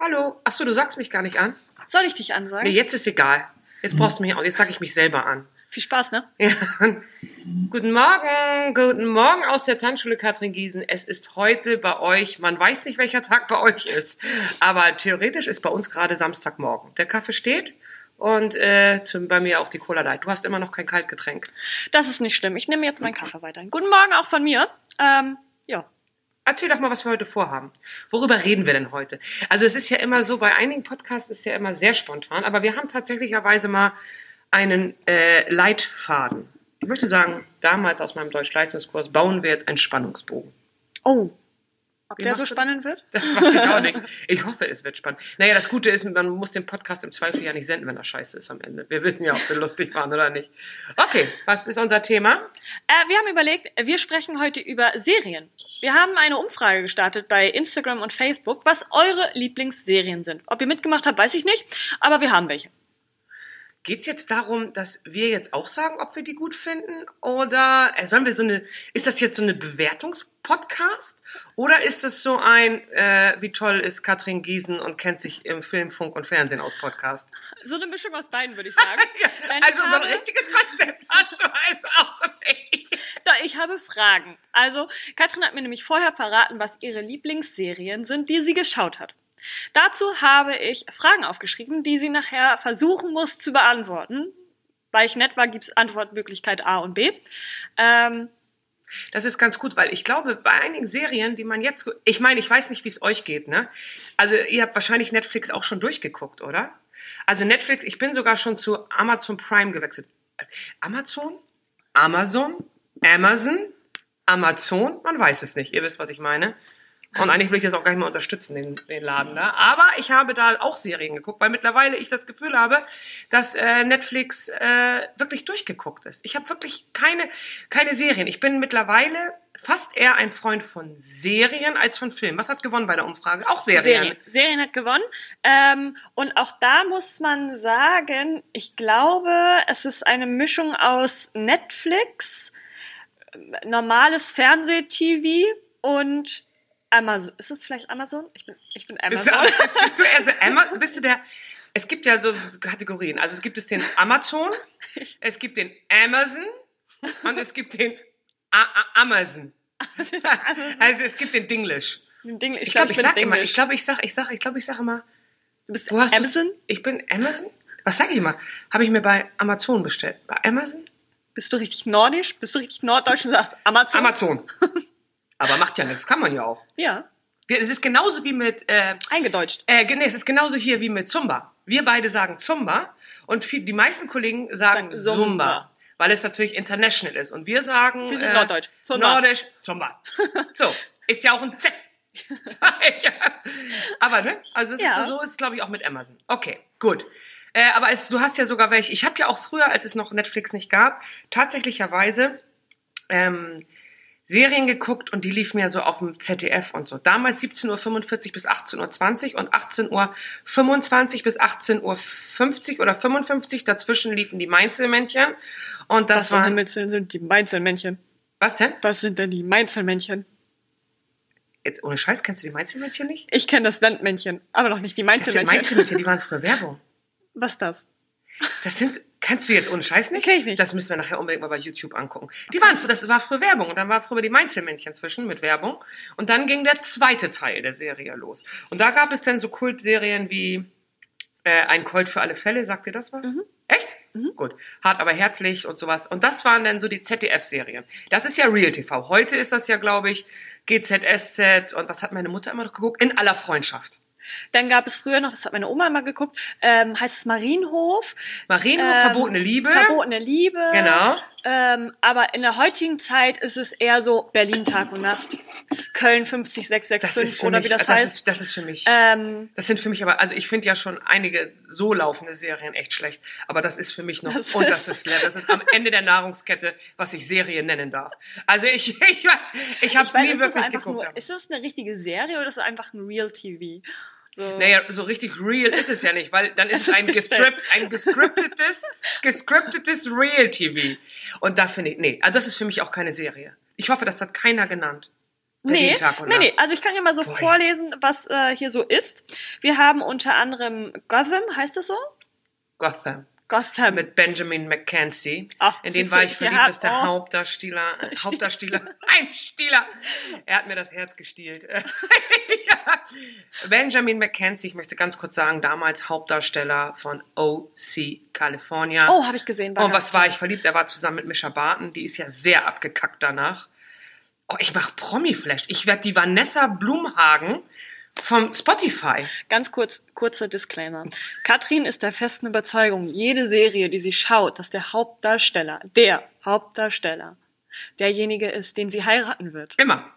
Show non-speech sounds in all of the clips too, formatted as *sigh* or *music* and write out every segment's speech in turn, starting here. Hallo. Achso, du sagst mich gar nicht an. Soll ich dich ansagen? Nee, jetzt ist egal. Jetzt brauchst du mich auch. Jetzt sag ich mich selber an. *laughs* Viel Spaß, ne? Ja. Guten Morgen, guten Morgen aus der Tanzschule Katrin Giesen. Es ist heute bei euch, man weiß nicht, welcher Tag bei euch ist, aber theoretisch ist bei uns gerade Samstagmorgen. Der Kaffee steht und äh, zum, bei mir auch die Cola Light. Du hast immer noch kein Kaltgetränk. Das ist nicht schlimm. Ich nehme jetzt meinen Kaffee weiter. Guten Morgen auch von mir. Ähm, ja. Erzähl doch mal, was wir heute vorhaben. Worüber reden wir denn heute? Also es ist ja immer so, bei einigen Podcasts ist ja immer sehr spontan, aber wir haben tatsächlicherweise mal einen äh, Leitfaden. Ich möchte sagen, damals aus meinem Deutschleistungskurs bauen wir jetzt einen Spannungsbogen. Oh. Ob Wie der machst so du das? spannend wird? Das weiß ich auch nicht. Ich hoffe, es wird spannend. Naja, das Gute ist, man muss den Podcast im Zweifel ja nicht senden, wenn er scheiße ist am Ende. Wir wissen ja, ob wir lustig waren oder nicht. Okay, was ist unser Thema? Äh, wir haben überlegt, wir sprechen heute über Serien. Wir haben eine Umfrage gestartet bei Instagram und Facebook, was eure Lieblingsserien sind. Ob ihr mitgemacht habt, weiß ich nicht, aber wir haben welche. Geht es jetzt darum, dass wir jetzt auch sagen, ob wir die gut finden? Oder äh, sollen wir so eine, ist das jetzt so eine Bewertungspodcast? Oder ist das so ein, äh, wie toll ist Katrin Giesen und kennt sich im Film, Funk und Fernsehen aus Podcast? So eine Mischung aus beiden, würde ich *laughs* sagen. Denn also ich so ein habe- richtiges Konzept hast du also auch nicht. Da, ich habe Fragen. Also, Katrin hat mir nämlich vorher verraten, was ihre Lieblingsserien sind, die sie geschaut hat. Dazu habe ich Fragen aufgeschrieben, die sie nachher versuchen muss zu beantworten. Weil ich nett war, gibt es Antwortmöglichkeit A und B. Ähm, Das ist ganz gut, weil ich glaube, bei einigen Serien, die man jetzt, ich meine, ich weiß nicht, wie es euch geht, ne? Also ihr habt wahrscheinlich Netflix auch schon durchgeguckt, oder? Also Netflix, ich bin sogar schon zu Amazon Prime gewechselt. Amazon? Amazon? Amazon? Amazon? Man weiß es nicht. Ihr wisst, was ich meine. Und eigentlich will ich das auch gar nicht mehr unterstützen, den, den Laden da. Aber ich habe da auch Serien geguckt, weil mittlerweile ich das Gefühl habe, dass äh, Netflix äh, wirklich durchgeguckt ist. Ich habe wirklich keine, keine Serien. Ich bin mittlerweile fast eher ein Freund von Serien als von Filmen. Was hat gewonnen bei der Umfrage? Auch Serien. Serien. Serien hat gewonnen. Ähm, und auch da muss man sagen, ich glaube, es ist eine Mischung aus Netflix, ähm, normales Fernseh-TV und Amazon. Ist es vielleicht Amazon? Ich bin, ich bin Bist du, Amazon. bist, bist du eher so Ama- bist du der, es gibt ja so Kategorien. Also es gibt es den Amazon, es gibt den Amazon und es gibt den A A Amazon. Also es gibt den Dinglish. Ein Ding, Ich glaube, ich, bin sag immer, Dinglish. ich glaube, ich sag, ich sag, ich glaube, ich sag immer, du bist wo hast du's- Amazon? Ich bin Amazon? Was sage ich immer? Habe ich mir bei Amazon bestellt. Bei Amazon? Bist du richtig nordisch? Bist du richtig norddeutsch und sagst Amazon? Amazon. Aber macht ja nichts, kann man ja auch. Ja, Wir- Es ist genauso wie mit äh, eingedeutscht. Äh, ge- nee, es ist genauso hier wie mit Zumba. Wir beide sagen Zumba und viel, die meisten Kollegen sagen Sagen Zumba, Zumba. weil es natürlich international ist. Und wir sagen Wir sind norddeutsch. Zumba. Äh, Nordisch Zumba. So, ist ja auch ein Z. *laughs* aber ne, also es Ja. ist, so so ist es glaube ich auch mit Amazon. Okay, gut. Äh, aber es, du hast ja sogar welche. Ich habe ja auch früher, als es noch Netflix nicht gab, tatsächlicherweise ähm, Serien geguckt und die liefen ja so auf dem ZDF und so. Damals 17.45 Uhr bis 18.20 Uhr und 18.25 Uhr bis 18.50 Uhr oder 55. Dazwischen liefen die Mainzelmännchen. Und das, Was waren. zum Himmel sind die Mainzelmännchen? was denn? Was sind denn die Mainzelmännchen? Jetzt ohne Scheiß, kennst du die Mainzelmännchen nicht? Ich kenne das Landmännchen, aber noch nicht die Das sind Mainzelmännchen. Mainzelmännchen, die waren früher Werbung. *laughs* Was ist das? Das sind, kannst du jetzt ohne Scheiß nicht? Kenn ich nicht. Das müssen wir nachher unbedingt mal bei YouTube angucken. Die waren, das war früher Werbung und dann war früher die Mainzelmännchen zwischen mit Werbung und dann ging der zweite Teil der Serie los. Und da gab es dann so Kultserien wie äh, Ein Colt für alle Fälle, sagt ihr das was? Mhm. Echt? Gut. Hart aber herzlich und sowas. Und das waren dann so die ZDF-Serien. Das ist ja Real TV. Heute ist das ja, glaube ich, GZSZ und was hat meine Mutter immer noch geguckt? In aller Freundschaft. Dann gab es früher noch, das hat meine Oma immer geguckt, ähm, heißt es Marienhof, Marienhof, Ähm, verbotene Liebe. verbotene Liebe. Genau. Ähm, aber in der heutigen Zeit ist es eher so Berlin Tag und Nacht, Köln 50665 für oder mich, äh, wie das, das heißt. Ist, das ist für mich. ähm, das sind für mich aber, also ich finde ja schon einige so laufende Serien echt schlecht, aber das ist für mich noch, Das und ist- das ist Level, das ist am Ende der Nahrungskette, was ich Serie nennen darf. Also ich, *laughs* ich, ich habe es ich weiß, nie ist das wirklich einfach geguckt. nur, ist das eine richtige Serie oder ist das einfach ein Real TV? So. Naja, so richtig real ist es ja nicht, weil *laughs* dann ist es, Es ist ein, gestellt. gescript, ein gescriptetes, gescriptetes Real-TV. Und da finde ich, nee, also das ist für mich auch keine Serie. Ich hoffe, das hat keiner genannt. Nee, Berlin-Tag, oder? nee, nee, also ich kann ja mal so Boah, ja. vorlesen, was äh, hier so ist. Wir haben unter anderem Gotham, heißt das so? Gotham. Gotham. Mit Benjamin McKenzie. Ach, In den siehst war du, ich der verliebt, hat das ist der auch- Hauptdarsteller. *laughs* Hauptdarsteller. Ein Stieler. Er hat mir das Herz gestiehlt. *laughs* ja. Benjamin McKenzie, ich möchte ganz kurz sagen, damals Hauptdarsteller von OC California. Oh, habe ich gesehen. Und Bagger. was war ich verliebt? Er war zusammen mit Mischa Barton. Die ist ja sehr abgekackt danach. Oh, ich mache Promi-Flash. Ich werde die Vanessa Blumhagen vom Spotify. Ganz kurz, kurzer Disclaimer. Katrin ist der festen Überzeugung, jede Serie, die sie schaut, dass der Hauptdarsteller, der Hauptdarsteller, derjenige ist, den sie heiraten wird. Immer.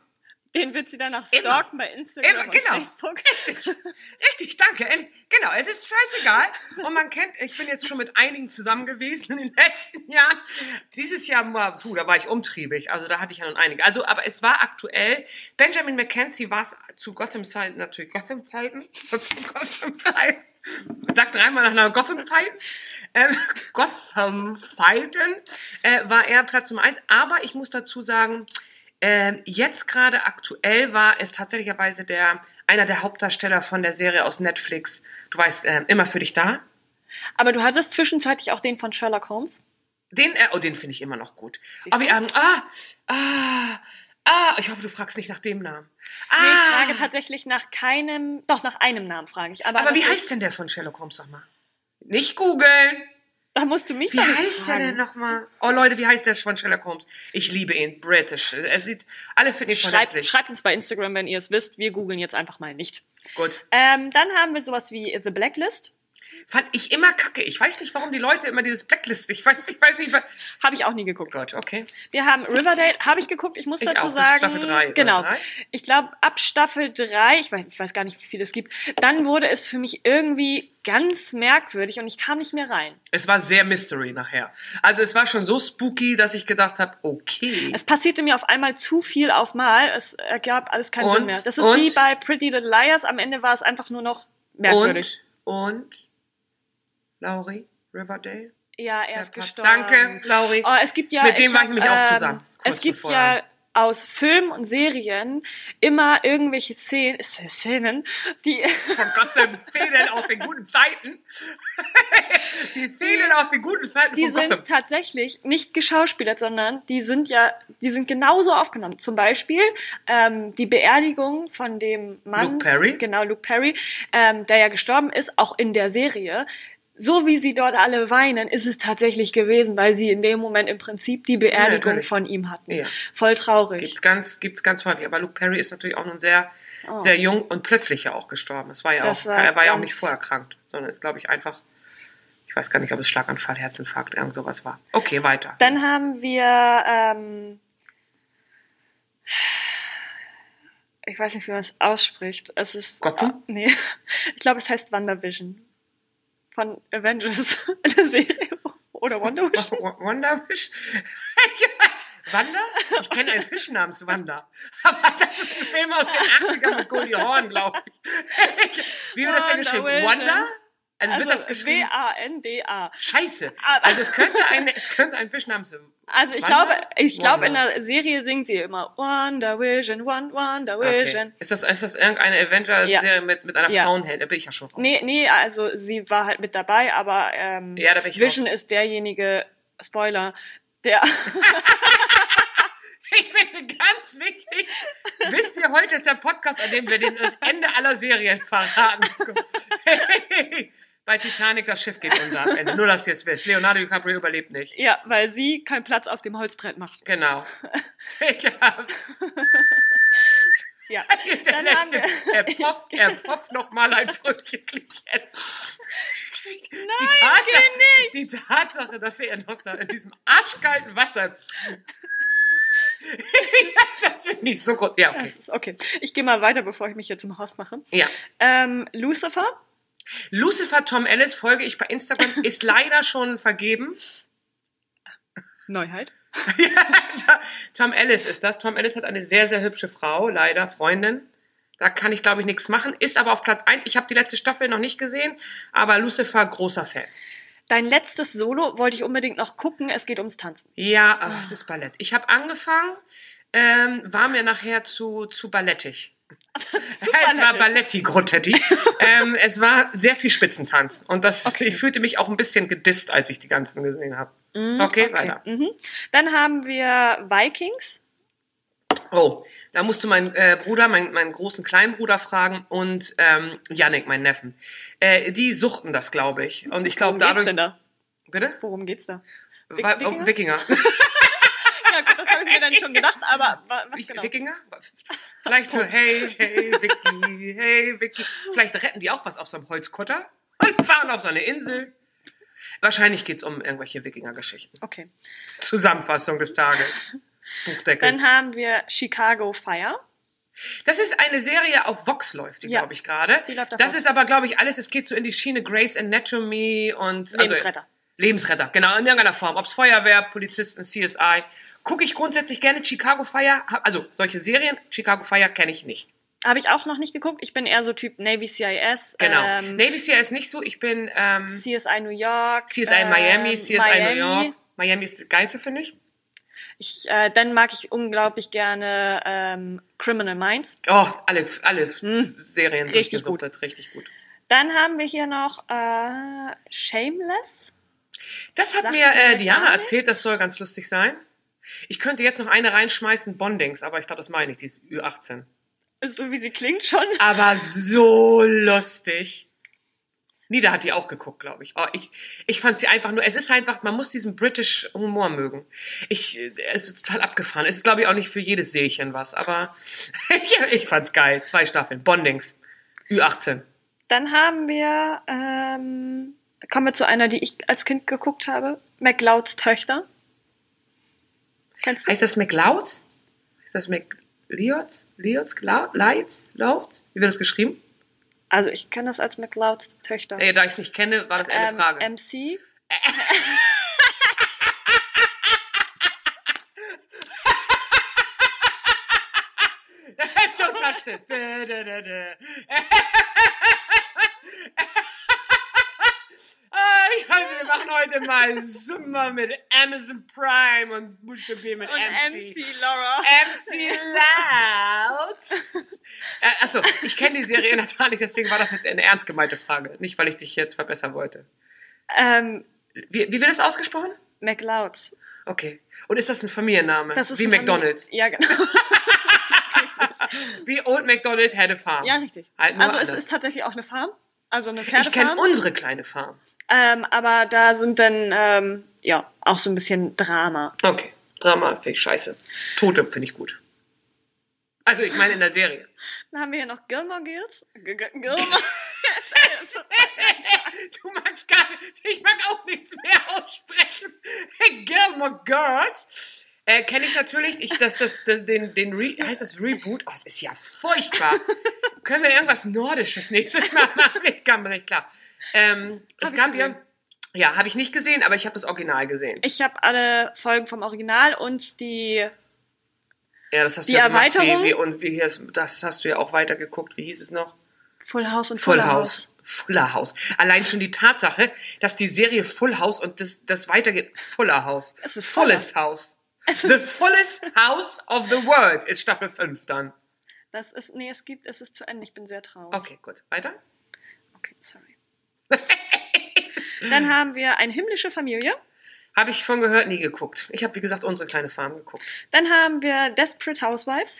Den wird sie danach Immer. stalken bei Instagram Immer, und genau. Facebook. Richtig. Richtig, danke. Ent- Genau, es ist scheißegal. Und man kennt, ich bin jetzt schon mit einigen zusammen gewesen in den letzten Jahren. Dieses Jahr war, puh, da war ich umtriebig. Also da hatte ich ja nun einige. Also, aber es war aktuell. Benjamin McKenzie war es zu Gotham Zeiten natürlich. Gotham Zeiten? *laughs* Gotham Zeiten. Sag dreimal nach Gotham Zeiten. Ähm, Gotham Zeiten äh, war er Platz Nummer eins. Aber ich muss dazu sagen, ähm, jetzt gerade aktuell war es tatsächlicherweise der, einer der Hauptdarsteller von der Serie aus Netflix. Du weißt, ähm, immer für dich da. Aber du hattest zwischenzeitlich auch den von Sherlock Holmes. Den, äh, oh, den finde ich immer noch gut. Siehst Aber du? ähm, ah, ah, ah, ich hoffe, du fragst nicht nach dem Namen. Ah, Nee, ich frage tatsächlich nach keinem, doch nach einem Namen frage ich. Aber, aber wie das ist- heißt denn der von Sherlock Holmes nochmal? Nicht googeln. Da musst du mich Wie doch nicht heißt der fragen. denn nochmal? Oh Leute, wie heißt der von Sherlock Holmes? Ich liebe ihn. British. Er sieht, alle finden ihn Schreibt, verlässlich. schreibt uns bei Instagram, wenn ihr es wisst. Wir googeln jetzt einfach mal nicht. Gut. Ähm, dann haben wir sowas wie The Blacklist. Fand ich immer kacke. Ich weiß nicht, warum die Leute immer dieses Blacklist. Ich weiß, ich weiß nicht, was. Habe ich auch nie geguckt. Oh Gott, okay. Wir haben Riverdale, habe ich geguckt, ich muss Ich dazu auch, bis sagen. Staffel drei oder genau. drei? Ich glaube, ab Staffel 3, ich weiß, ich weiß gar nicht, wie viel es gibt, dann wurde es für mich irgendwie ganz merkwürdig und ich kam nicht mehr rein. Es war sehr Mystery nachher. Also es war schon so spooky, dass ich gedacht habe, okay. Es passierte mir auf einmal zu viel auf mal, es ergab alles keinen Und? Sinn mehr. Das ist Und? wie bei Pretty Little Liars, am Ende war es einfach nur noch merkwürdig. Und, und, Lauri, Riverdale. Ja, er Der ist Pap- gestorben. Danke, Lauri. Oh, es gibt ja, Mit dem war ich hab, ähm, nämlich auch zusammen, kurz Es gibt bevor ja er- aus Filmen und Serien immer irgendwelche Szenen, *laughs* Szenen, *laughs* die Von Gott, dann fehlen auf den guten *laughs* Seiten. die fehlen auf den guten Seiten die von sind Oh Gott. tatsächlich nicht geschauspielert, sondern die sind ja, die sind genauso aufgenommen. Zum Beispiel ähm, die Beerdigung von dem Mann, Luke Perry? genau Luke Perry, ähm, der ja gestorben ist, auch in der Serie. So wie sie dort alle weinen, ist es tatsächlich gewesen, weil sie in dem Moment im Prinzip die Beerdigung natürlich. von ihm hatten. Ja. Voll traurig. Gibt's ganz, gibt's ganz häufig. Aber Luke Perry ist natürlich auch nun sehr, Oh. sehr jung und plötzlich ja auch gestorben. Das war ja Das auch, war er war ja auch ganz- nicht vorerkrankt, sondern ist, glaube ich, einfach, ich weiß gar nicht, ob es Schlaganfall, Herzinfarkt, irgend sowas war. Okay, weiter. Dann haben wir, ähm, ich weiß nicht, wie man es ausspricht. Es ist. ah, Gotham? nee. Ich glaube, es heißt WandaVision. Von Avengers, *laughs* eine Serie. Oder Wonder Vision. Wanderfisch? *laughs* Wanda? Ich kenne einen Fisch namens Wanda. Aber das ist ein Film aus den 80ern mit Goldie Horn, glaube ich. *laughs* Wie wird das Oh, denn geschrieben? WandaVision. Wanda? Also, wird das geschrieben? W-A-N-D-A. *laughs* Scheiße. Aber- Also es könnte, ein, es könnte ein Fisch namens Also ich Wanda? glaube, ich glaube, in Wanda. der Serie singen sie immer Wonder Vision, One, Wonder Vision. Okay. Ist, das, ist das irgendeine Avenger-Serie mit, mit einer Ja. Frauenheld? Da bin ich ja schon drauf. Nee, nee, also sie war halt mit dabei, aber ähm, Ja, da bin ich Vision ist derjenige, Spoiler, der Ich finde ganz wichtig, wisst ihr, heute ist der Podcast, an dem wir den, das Ende aller Serien verraten. Bei Titanic, das Schiff geht unter am Ende. Nur, dass ihr es wisst. Leonardo DiCaprio überlebt nicht. Ja, weil sie keinen Platz auf dem Holzbrett macht. Genau. Ja, Ja. der Dann haben letzte, er pfofft, er pfofft noch mal ein fröhliches Liedchen. *laughs* Nein, Tatsache- geh nicht! Die Tatsache, dass er noch da in diesem arschkalten Wasser... *laughs* das finde ich so gut. Ja, okay. Okay, ich gehe mal weiter, bevor ich mich hier zum Horst mache. Ja. Ähm, Lucifer, Lucifer Tom Ellis folge ich bei Instagram, ist leider schon vergeben. *laughs* Neuheit. Tom Ellis ist das. Tom Ellis hat eine sehr, sehr hübsche Frau, leider Freundin. Da kann ich, glaube ich, nichts machen. Ist aber auf Platz 1. Ich habe die letzte Staffel noch nicht gesehen, aber Lucifer, großer Fan. Dein letztes Solo wollte ich unbedingt noch gucken. Es geht ums Tanzen. ah, Ja, aber es ist Ballett. Ich habe angefangen, ähm, war mir nachher zu, zu ballettig. Super es war lächerlich. Balletti Grottetti. ähm, es war sehr viel Spitzentanz. Und das, Okay. ich fühlte mich auch ein bisschen gedisst, als ich die ganzen gesehen habe. Mhm, Okay, weiter. Mhm. Dann haben wir Vikings. Oh, da musst du meinen äh, Bruder, meinen, meinen großen kleinen Bruder fragen und ähm, Yannick, meinen Neffen. Äh, die suchten das, glaube ich. Und ich glaube Worum geht's dadurch. denn da? Bitte? Worum geht's da? *laughs* Wik- Wa- Wikinger? Oh, Wikinger. Ja, gut, das habe ich mir dann schon gedacht, aber wa- was genau? Wikinger? Vielleicht so, hey, hey, Vicky, hey, Vicky. Vielleicht retten die auch was auf so einem Holzkutter und fahren auf so eine Insel. Wahrscheinlich geht's um irgendwelche Wikinger-Geschichten. Okay. Zusammenfassung des Tages. Buchdeckel. Dann haben wir Chicago Fire. Das ist eine Serie auf Vox läuft, die Ja. glaube ich gerade. Die läuft auf Das Vox. ist aber glaube ich alles, es geht so in die Schiene Grace Anatomy und also- Lebensretter. Lebensretter, genau, in irgendeiner Form. Ob es Feuerwehr, Polizisten, CSI. Gucke ich grundsätzlich gerne Chicago Fire. hab- Also solche Serien, Chicago Fire kenne ich nicht. Habe ich auch noch nicht geguckt. Ich bin eher so Typ Navy CIS. Genau. Ähm, Navy CSI ist nicht so. Ich bin ähm, CSI New York. CSI ähm, Miami, CSI New York. Miami ist das Geilste, finde ich. Ich, äh, dann mag ich unglaublich gerne ähm, Criminal Minds. Oh, alle, alle Serien Hm. Richtig durchgesuchtet, richtig gut. Dann haben wir hier noch äh, Shameless. Das hat Sagt mir mir äh, gar Diana nichts. erzählt, das soll ganz lustig sein. Ich könnte jetzt noch eine reinschmeißen, Bondings, aber ich glaube, das meine ich, die ist Ü18. So wie sie klingt schon. Aber so lustig. Nida hat die auch geguckt, glaube ich. Oh, ich. Ich fand sie einfach nur, es ist einfach, man muss diesen British Humor mögen. Ich, äh, es ist total abgefahren. Es ist, glaube ich, auch nicht für jedes Seelchen was, aber *laughs* ich, ich fand's geil. Zwei Staffeln, Bondings, Ü18. Dann haben wir, ähm, kommen wir zu einer, die ich als Kind geguckt habe. McLeods Töchter. Kennst du? Heißt das McLeod? Ist das McLeod? Leods? Glau- Leids? Laut? Wie wird das geschrieben? Also ich kenne das als McLeods Töchter. Ey, Äh, da ich es nicht kenne, war das eine Ähm, Frage. *laughs* MC. Don't touch this. Dä, dä, dä, *laughs* dä. Ah, ich weiß, wir machen heute mal Summer mit Amazon Prime und buchstabieren mit Und MC, MC. Laura. MC Loud. Äh, achso, ich kenne die Serie in der Tat nicht, deswegen war das jetzt eine ernst gemeinte Frage. Nicht, weil ich dich jetzt verbessern wollte. Ähm, Wie, wie wird das ausgesprochen? McLeod. Okay. Und ist das ein Familienname? Das ist wie ein McDonalds. Familie- *laughs* Ja, genau. Wie Old McDonald had a farm. Ja, richtig. Halt nur also es anders. ist tatsächlich auch eine Farm. Also eine ich kenne Pferdefarm. unsere kleine Farm. ähm, aber da sind dann, ähm, ja, auch so ein bisschen Drama. Okay. Drama finde ich scheiße. Tote finde ich gut. Also ich meine in der Serie. Dann haben wir hier noch Gilmore Girls. G G *laughs* Gilmore. du magst gar nicht, ich mag auch nichts mehr aussprechen. Gilmore Girls. Äh, kenne ich natürlich, ich, das, das, das, den, den Re heißt das Reboot? Oh, es ist ja furchtbar. Können wir irgendwas Nordisches nächstes Mal machen? Ich kam mir nicht klar. Ähm, Hab es ich gab ja, gesehen. ja, habe ich nicht gesehen, aber ich habe das Original gesehen. ich habe alle Folgen vom Original und die Ja, das hast Die du ja gemacht, Erweiterung? Wie, wie, und wie, das, das hast du ja auch weitergeguckt. Wie hieß es noch? Full House und Full House. Fuller House. Allein schon die Tatsache, dass die Serie Full House und das, das weitergeht. Fuller House. Es ist voller. Fullest House. The fullest house of the world ist Staffel 5 dann. Das ist, nee, es gibt, es ist zu Ende. Ich bin sehr traurig. Okay, gut. Weiter? Oh. Okay, sorry. Dann haben wir eine himmlische Familie. Habe ich von gehört, nie geguckt. Ich habe, wie gesagt, unsere kleine Farm geguckt. Dann haben wir Desperate Housewives.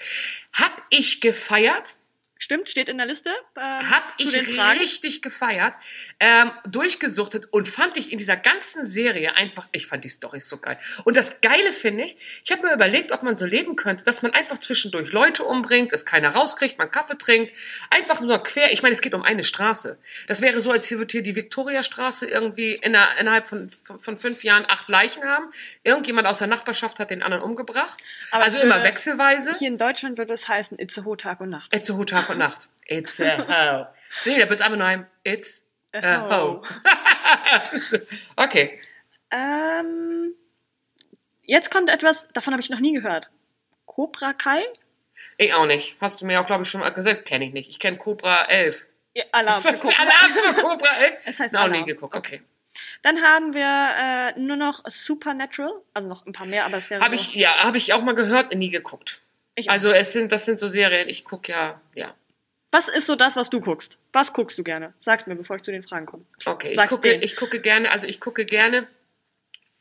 Hab ich gefeiert. Stimmt, steht in der Liste. Ähm, Hab zu ich den Fragen. richtig gefeiert, ähm, durchgesuchtet und fand ich in dieser ganzen Serie einfach, ich fand die Story so geil. Und das Geile finde ich, ich habe mir überlegt, ob man so leben könnte, dass man einfach zwischendurch Leute umbringt, es keiner rauskriegt, man Kaffee trinkt, einfach nur quer. Ich meine, es geht um eine Straße. Das wäre so, als hier wird hier die Viktoriastraße irgendwie in der, innerhalb von, von, von fünf Jahren acht Leichen haben. Irgendjemand aus der Nachbarschaft hat den anderen umgebracht. Aber also es würde- immer wechselweise. Hier in Deutschland würde es heißen It's a Ho Tag und Nacht. It's a Ho Tag und Nacht. It's *laughs* a Ho. Nee, da wird's einfach nur ein It's a Ho. *laughs* okay. Ähm, jetzt kommt etwas, davon habe ich noch nie gehört. Cobra Kai? Ich auch nicht. Hast du mir auch, glaube ich, schon mal gesagt. Kenne ich nicht. Ich kenne Cobra 11. Ja, Alarm. Ist das für Cobra. ein Alarm für Cobra 11? *laughs* Es heißt Noch nie Alarm. geguckt. Okay. Dann haben wir äh, nur noch Supernatural, also noch ein paar mehr, aber es wäre Habe nur- ich, ja, habe ich auch mal gehört, nie geguckt. Ich auch. Also es sind, das sind so Serien, ich gucke ja, ja. Was ist so das, was du guckst? Was guckst du gerne? Sag's mir, bevor ich zu den Fragen komme. Okay, ich Sag's gucke, denen. ich gucke gerne, also ich gucke gerne.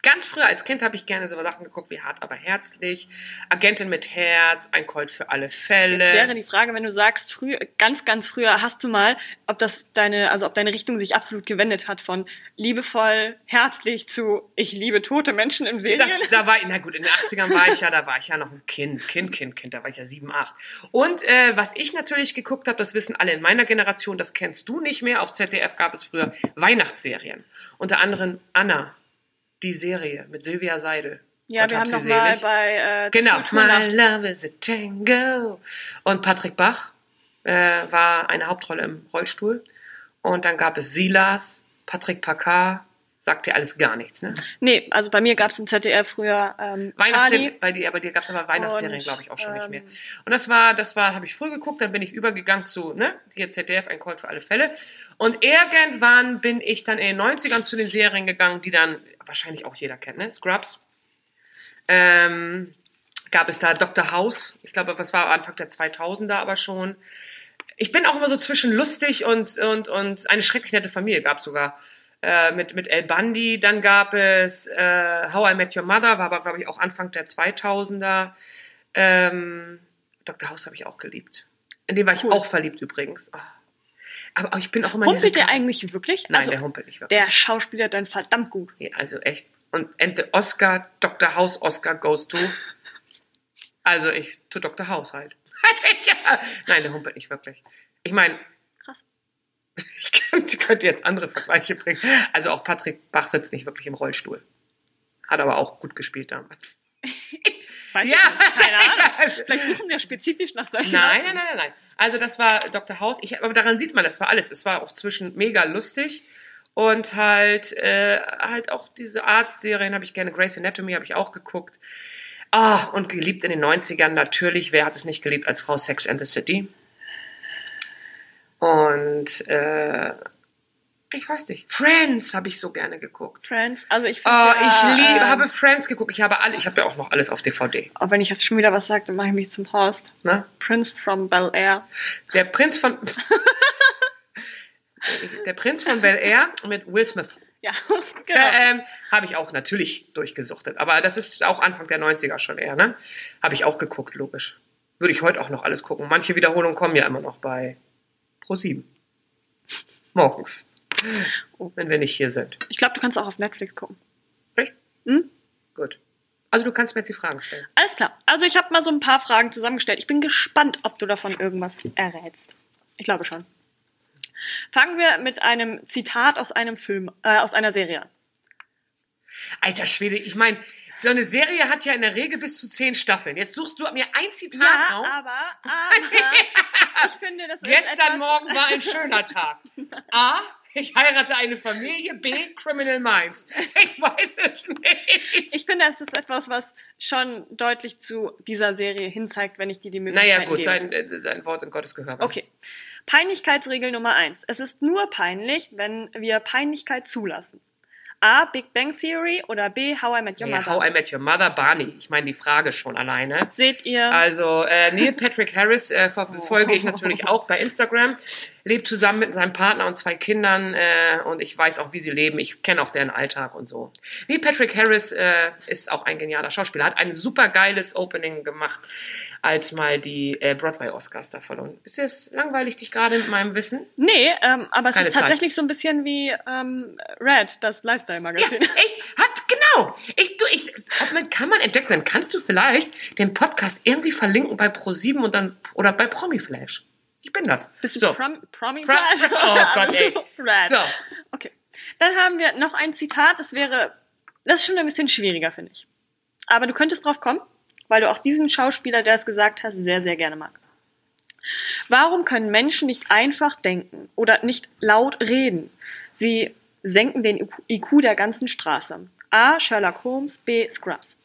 Ganz früher als Kind habe ich gerne so Sachen geguckt wie Hart aber herzlich, Agentin mit Herz, Ein Colt für alle Fälle. Jetzt wäre die Frage, wenn du sagst, früh, ganz, ganz früher hast du mal, ob das deine, also ob deine Richtung sich absolut gewendet hat von liebevoll, herzlich zu ich liebe tote Menschen im Serien. Das, da war, na gut, in den 80ern war ich ja, da war ich ja noch ein Kind, Kind, Kind, Kind, da war ich ja sieben, acht. Und äh, was ich natürlich geguckt habe, das wissen alle in meiner Generation, das kennst du nicht mehr. Auf ZDF gab es früher Weihnachtsserien. Unter anderem Anna, die Serie mit Silvia Seidel. ja, Gott wir hab haben sie noch mal selig. bei äh, Genau, My Kulturnacht- Love is a Tango. Und Patrick Bach äh, war eine Hauptrolle im Rollstuhl. Und dann gab es Silas, Patrick Pacar, sagt dir alles gar nichts, ne? Nee, also bei mir gab es im ZDF früher ähm, Weihnachtsserien, Charlie bei dir, bei dir gab es aber Weihnachtsserien, und, glaube ich, auch schon nicht mehr. ähm, Und das war, das war, habe ich früh geguckt, dann bin ich übergegangen zu, ne, hier ZDF, ein Call für alle Fälle. Und irgendwann bin ich dann in den 90ern zu den Serien gegangen, die dann wahrscheinlich auch jeder kennt, ne? Scrubs. Ähm, gab es da Dr. House, ich glaube, das war Anfang der 2000er aber schon. Ich bin auch immer so zwischen lustig und, und, und eine schrecklich nette Familie gab es sogar. Äh, mit, mit El Bundy, dann gab es äh, How I Met Your Mother, war aber, glaube ich, auch Anfang der 2000er. Ähm, Dr. House habe ich auch geliebt. In den war ich Cool. auch verliebt übrigens. Ah. Aber ich bin auch immer... in Humpelt diese- der eigentlich wirklich? Nein, also, der humpelt nicht wirklich. der Schauspieler dann verdammt gut. Nee, also echt. Und entweder Oscar, Dr. House, Oscar goes *laughs* to... also ich, zu Dr. House halt. *laughs* ja. Nein, der humpelt nicht wirklich. Ich meine, Krass. *laughs* ich könnte, könnte jetzt andere Vergleiche bringen. Also auch Patrick Bach sitzt nicht wirklich im Rollstuhl. Hat aber auch gut gespielt damals. Weiß ich nicht, keine *laughs* Ahnung. Vielleicht suchen wir spezifisch nach solchen Nein, nein, Leuten. nein, nein, nein. Also das war Dr. House. Ich, aber daran sieht man, das war alles. Es war auch zwischen mega lustig und halt, äh, halt auch diese Arztserien habe ich gerne. Grey's Anatomy habe ich auch geguckt. Ah, und geliebt in den 90ern natürlich. Wer hat es nicht geliebt als Frau Sex and the City? Und äh, ich weiß nicht. Friends habe ich so gerne geguckt. Friends. Also ich Oh, finde ja, ich liebe, ähm, habe Friends geguckt. Ich habe alle, ich habe ja auch noch alles auf DVD. Auch wenn ich jetzt schon wieder was sage, dann mache ich mich zum Horst. Ne? Prince from Bel Air. Der Prinz *laughs* von. Der Prinz von Bel Air mit Will Smith. Ja, *laughs* genau. Äh, ähm, habe ich auch natürlich durchgesuchtet. Aber das ist auch Anfang der 90er schon eher, ne? Habe ich auch geguckt, logisch. Würde ich heute auch noch alles gucken. Manche Wiederholungen kommen ja immer noch bei Pro7. Morgens. Oh. Wenn wir nicht hier sind. Ich glaube, du kannst auch auf Netflix gucken. Recht? Hm? Gut. Also du kannst mir jetzt die Fragen stellen. Alles klar. Also ich habe mal so ein paar Fragen zusammengestellt. Ich bin gespannt, ob du davon irgendwas errätst. Ich glaube schon. Fangen wir mit einem Zitat aus einem Film, äh, aus einer Serie an. Alter Schwede, ich meine, so eine Serie hat ja in der Regel bis zu zehn Staffeln. Jetzt suchst du mir ein Zitat raus. *laughs* aber, aber ich finde, das ist Gestern etwas, Morgen war ein schöner Tag. A. Ich heirate eine Familie. B. Criminal Minds. Ich weiß es nicht. Ich finde, es ist etwas, was schon deutlich zu dieser Serie hinzeigt, wenn ich dir die Möglichkeit Naja, gebe. gut, dein, äh, dein Wort in Gottes Gehör. war. Okay. Peinlichkeitsregel Nummer eins. Es ist nur peinlich, wenn wir Peinlichkeit zulassen. A. Big Bang Theory oder B. How I Met Your Naja, Mother. how I Met Your Mother, Barney. Ich meine, die Frage schon alleine. Seht ihr? Also, äh, Neil Patrick Harris äh, ver- Oh. folge ich natürlich auch bei Instagram. Lebt zusammen mit seinem Partner und zwei Kindern. Äh, und ich weiß auch, wie sie leben. Ich kenne auch deren Alltag und so. Neil Patrick Harris äh, ist auch ein genialer Schauspieler. Hat ein super geiles Opening gemacht, als mal die äh, Broadway-Oscars da verloren. Ist es langweilig, dich gerade mit meinem Wissen? nee, ähm, aber es Keine ist Zeit. tatsächlich so ein bisschen wie ähm, Red, das Ja, Lifestyle-Magazin. ich hat genau. Ich, du, ich, ob man, kann man entdecken, dann kannst du vielleicht den Podcast irgendwie verlinken bei Pro7 und dann oder bei Promiflash. Ich bin das. *laughs* Bist du so. prom promi *laughs* Also Pro- Oh Gott, ey. Red. so. Okay. Dann haben wir noch ein Zitat, das wäre, das ist schon ein bisschen schwieriger, finde ich. Aber du könntest drauf kommen, weil du auch diesen Schauspieler, der es gesagt hat, sehr, sehr gerne mag. Warum können Menschen nicht einfach denken oder nicht laut reden? Sie senken den IQ der ganzen Straße. A. Sherlock Holmes, B. Scrubs.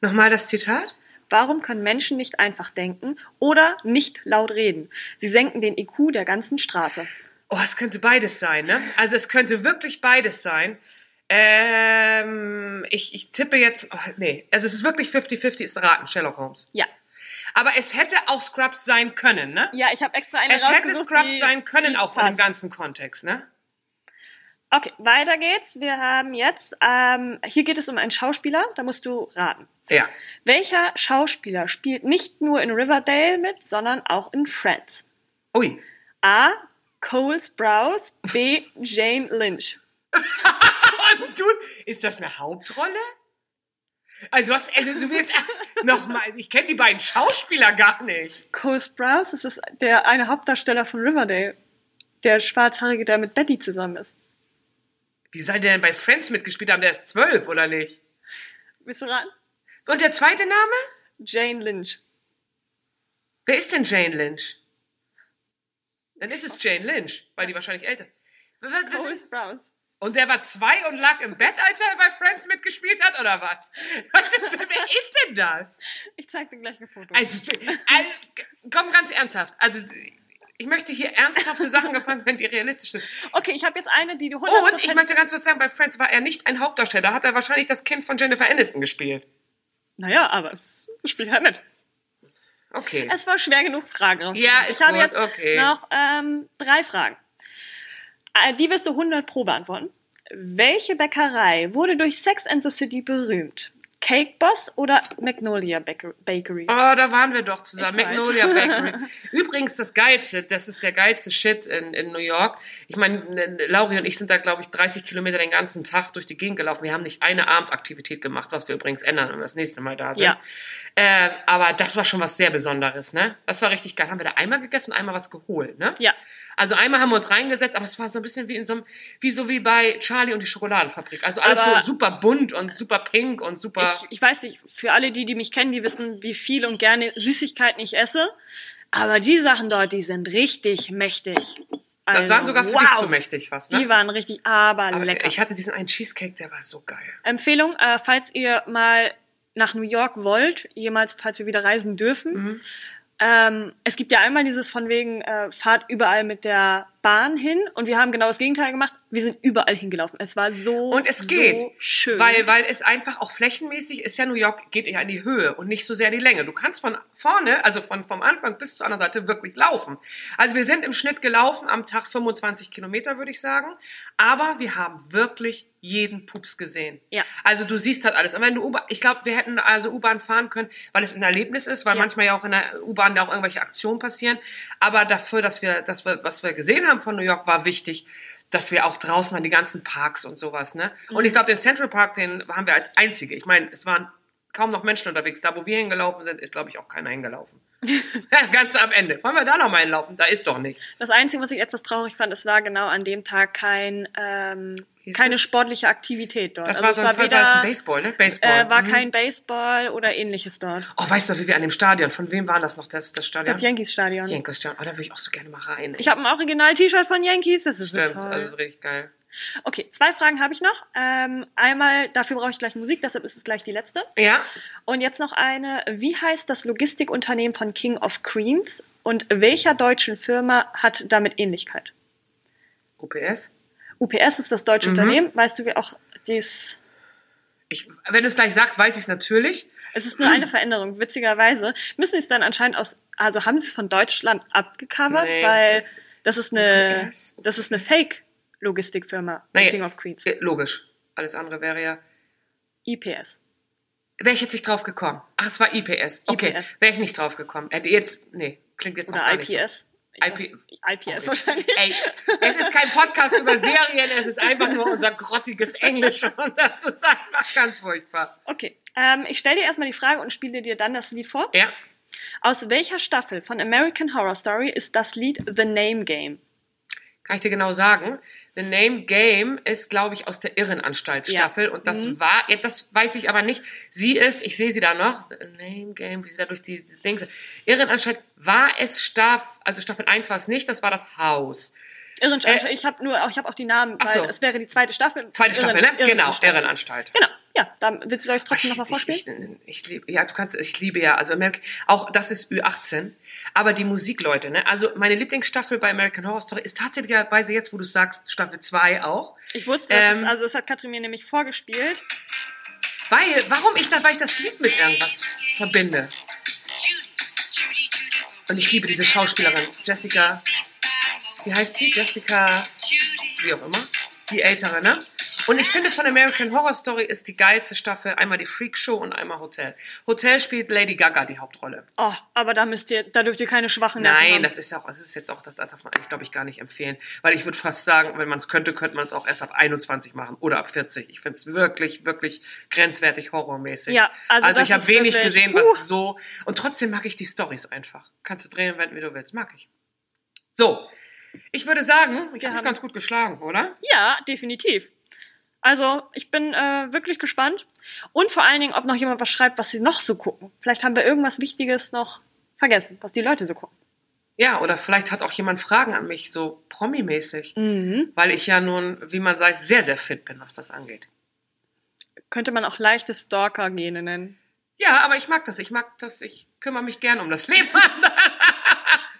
Nochmal das Zitat. Warum können Menschen nicht einfach denken oder nicht laut reden? Sie senken den IQ der ganzen Straße. Oh, es könnte beides sein, ne? Also es könnte wirklich beides sein. Ähm, ich, ich tippe jetzt. Oh, nee, also es ist wirklich 50-50, ist Raten, Sherlock Holmes. Ja. Aber es hätte auch Scrubs sein können, ne? Ja, ich habe extra eine Es hätte rausgesucht, Scrubs die- sein können, die auch von dem passt. ganzen Kontext, ne? Okay, weiter geht's. Wir haben jetzt, ähm, hier geht es um einen Schauspieler, da musst du raten. Ja. Welcher Schauspieler spielt nicht nur in Riverdale mit, sondern auch in Friends? Ui. A. Cole Sprouse, B. Jane Lynch. Und du, ist das eine Hauptrolle? Also, was, also du bist, *laughs* nochmal, ich kenne die beiden Schauspieler gar nicht. Cole Sprouse das ist der eine Hauptdarsteller von Riverdale. Der Schwarzhaarige, der mit Betty zusammen ist. Wie soll der denn bei Friends mitgespielt haben? Der ist zwölf, oder nicht? Willst du raten? Und der zweite Name? Jane Lynch. Wer ist denn Jane Lynch? Dann ist es Jane Lynch, weil die wahrscheinlich älter. Was, was, Cole was, Sprouse. und der war zwei und lag im Bett, als er bei Friends mitgespielt hat, oder was? was ist denn, wer ist denn das? Ich zeig dir gleich ein Foto. Also, also, komm ganz ernsthaft. Also, ich möchte hier ernsthafte Sachen gefangen, wenn die realistisch sind. okay, ich habe jetzt eine, die du 100% Oh, Und ich möchte ganz kurz sagen, bei Friends war er nicht ein Hauptdarsteller, hat er wahrscheinlich das Kind von Jennifer Aniston gespielt. Naja, aber es spielt halt mit. Okay. Es war schwer genug, Fragen rauszufinden. Ja, Ich ist habe gut, jetzt okay. noch ähm, drei Fragen. Äh, Die wirst du 100 pro beantworten. Welche Bäckerei wurde durch Sex and the City berühmt? Cake Boss oder Magnolia Baker- Bakery? Oh, da waren wir doch zusammen. Ich weiß. Magnolia *laughs* Bakery. Übrigens, das Geilste, das ist der geilste Shit in, in New York. Ich meine, ne, Lauri und ich sind da, glaube ich, 30 Kilometer den ganzen Tag durch die Gegend gelaufen. Wir haben nicht eine Abendaktivität gemacht, was wir übrigens ändern, wenn wir das nächste Mal da sind. Ja. Äh, aber das war schon was sehr Besonderes, ne? Das war richtig geil. Haben wir da einmal gegessen und einmal was geholt, ne? Ja. Also einmal haben wir uns reingesetzt, aber es war so ein bisschen wie in so einem, wie so wie bei Charlie und die Schokoladenfabrik. Also alles Aber- so super bunt und super pink und super. Ich, ich weiß nicht, für alle, die, die mich kennen, die wissen, wie viel und gerne Süßigkeiten ich esse. Aber die Sachen dort, die sind richtig mächtig. das Also, waren sogar für wow. dich zu mächtig fast, ne? Die waren richtig, aber, Aber Also lecker. Äh, Ich hatte diesen einen Cheesecake, der war so geil. Empfehlung, äh, falls ihr mal nach New York wollt, jemals, falls wir wieder reisen dürfen. Mhm. Ähm, es gibt ja einmal dieses von wegen, äh, fahrt überall mit der Bahn hin. Und wir haben genau das Gegenteil gemacht. Wir sind überall hingelaufen. Es war Oh, so, Und es geht, so schön. Weil, weil es einfach auch flächenmäßig ist ja New York, geht ja in die Höhe und nicht so sehr in die Länge. Du kannst von vorne, also von, vom Anfang bis zur anderen Seite wirklich laufen. Also wir sind im Schnitt gelaufen am Tag 25 Kilometer, würde ich sagen. Aber wir haben wirklich jeden Pups gesehen. Ja. Also du siehst halt alles. Und wenn du U-Bahn, ich glaube, wir hätten also U-Bahn fahren können, weil es ein Erlebnis ist, weil Ja. manchmal ja auch in der U-Bahn ja auch irgendwelche Aktionen passieren. Aber dafür, dass wir, dass wir, was wir gesehen haben von New York, war wichtig, dass wir auch draußen waren, die ganzen Parks und sowas, ne? Und Mhm. ich glaube, den Central Park, den haben wir als einzige. Ich meine, es waren kaum noch Menschen unterwegs. Da, wo wir hingelaufen sind, ist, glaube ich, auch keiner hingelaufen. *laughs* *laughs* Ganz am Ende. Wollen wir da noch mal hinlaufen? Da ist doch nicht. das Einzige, was ich etwas traurig fand, es war genau an dem Tag kein, ähm, Hieß keine das? sportliche Aktivität dort. Das Also war es so ein, war das ein Baseball, ne? Baseball. äh, war Mhm. kein Baseball oder ähnliches dort. Oh, weißt du, wie wir an dem Stadion, von wem war das noch, das, das Stadion? Das Yankees-Stadion. Jenkos Stadion. Oh, da würde ich auch so gerne mal rein. Ich habe ein Original-T-Shirt von Yankees, das ist so Stimmt, toll. also das ist richtig geil. Okay, zwei Fragen habe ich noch. Ähm, einmal, dafür brauche ich gleich Musik, deshalb ist es gleich die letzte. Ja, Und jetzt noch eine, wie heißt das Logistikunternehmen von King of Queens und welcher deutschen Firma hat damit Ähnlichkeit? UPS. UPS ist das deutsche Mhm. Unternehmen, weißt du, wie auch dies... Ich, wenn du es gleich sagst, weiß ich es natürlich. Es ist nur eine Veränderung, witzigerweise. Müssen sie es dann anscheinend aus, also haben sie es von Deutschland abgecovert, Nee, weil das- das ist eine, UPS? das ist eine Fake-Logistikfirma, Naja. King of Queens, Äh, Logisch. Alles andere wäre ja. IPS. Wäre ich jetzt nicht drauf gekommen. Ach, es war IPS. Okay, IPS. wäre ich nicht drauf gekommen. Hätte jetzt, nee, klingt jetzt noch gar Oder nicht. so. Oh, IPS. IP IPS wahrscheinlich. Ey, es ist kein Podcast über Serien, es ist einfach nur unser grottiges Englisch und das ist einfach ganz furchtbar. Okay, ähm, ich stelle dir erstmal die Frage und spiele dir dann das Lied vor. Ja, Aus welcher Staffel von American Horror Story ist das Lied The Name Game? kann ich dir genau sagen. The Name Game ist, glaube ich, aus der Irrenanstalt-Staffel und das Mhm. war, ja, das weiß ich aber nicht. Sie ist, ich sehe sie da noch, The Name Game, wie sie da durch die die Dings. Irrenanstalt war es Staffel, also Staffel 1 war es nicht, das war das Haus. Irrenanstalt. also ich habe nur, ich habe auch die Namen, Äh, Ach weil so. es wäre die zweite Staffel. Zweite Irren- Staffel, ne? Genau, Irrenanstalt. Irrenanstalt. Genau, ja, dann willst du euch trotzdem nochmal Ich- vorspielen. Ich, ich, ich liebe, ja, du kannst, ich liebe ja, also American, auch das ist Ü18, aber die Musikleute, ne? Also meine Lieblingsstaffel bei American Horror Story ist tatsächlicherweise jetzt, wo du sagst, Staffel 2 auch, Ich, wusste, dass es, Ähm. also es hat Katrin mir nämlich vorgespielt. weil, warum ich da, weil ich das Lied mit irgendwas verbinde. Und ich liebe diese Schauspielerin, Jessica. Wie heißt sie? Jessica. Wie auch immer. Die ältere, ne? Und ich finde, von American Horror Story ist die geilste Staffel einmal die Freak Show und einmal Hotel. Hotel spielt Lady Gaga die Hauptrolle. Oh, aber da müsst ihr, da dürft ihr keine schwachen Nerven Nein, haben. das ist ja auch, das ist jetzt auch, das darf man eigentlich, glaube ich, gar nicht empfehlen. Weil ich würde fast sagen, wenn man es könnte, könnte man es auch erst ab 21 machen oder ab 40. Ich finde es wirklich, wirklich grenzwertig horrormäßig. Ja, also das ich habe ist wenig wirklich- gesehen, Huh. was so. Und trotzdem mag ich die Stories einfach. Kannst du drehen, wenden, wie du willst. Mag ich. So. Ich würde sagen, ich Wir habe mich haben- ganz gut geschlagen, oder? Ja, definitiv. Also, ich bin äh, wirklich gespannt. Und vor allen Dingen, ob noch jemand was schreibt, was sie noch so gucken. Vielleicht haben wir irgendwas Wichtiges noch vergessen, was die Leute so gucken. Ja, oder vielleicht hat auch jemand Fragen an mich, so promi-mäßig. Mhm. Weil ich ja nun, wie man sagt, sehr, sehr fit bin, was das angeht. Könnte man auch leichte Stalker-Gene nennen. Ja, aber ich mag das. Ich mag das. Ich kümmere mich gern um das Leben.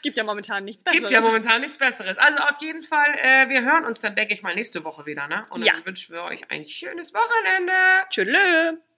Gibt ja momentan nichts Gibt Besseres. ja momentan nichts Besseres. Also auf jeden Fall, äh, wir hören uns dann, denke ich mal, nächste Woche wieder. Ne? Und Ja. dann wünschen wir euch ein schönes Wochenende. Tschüss.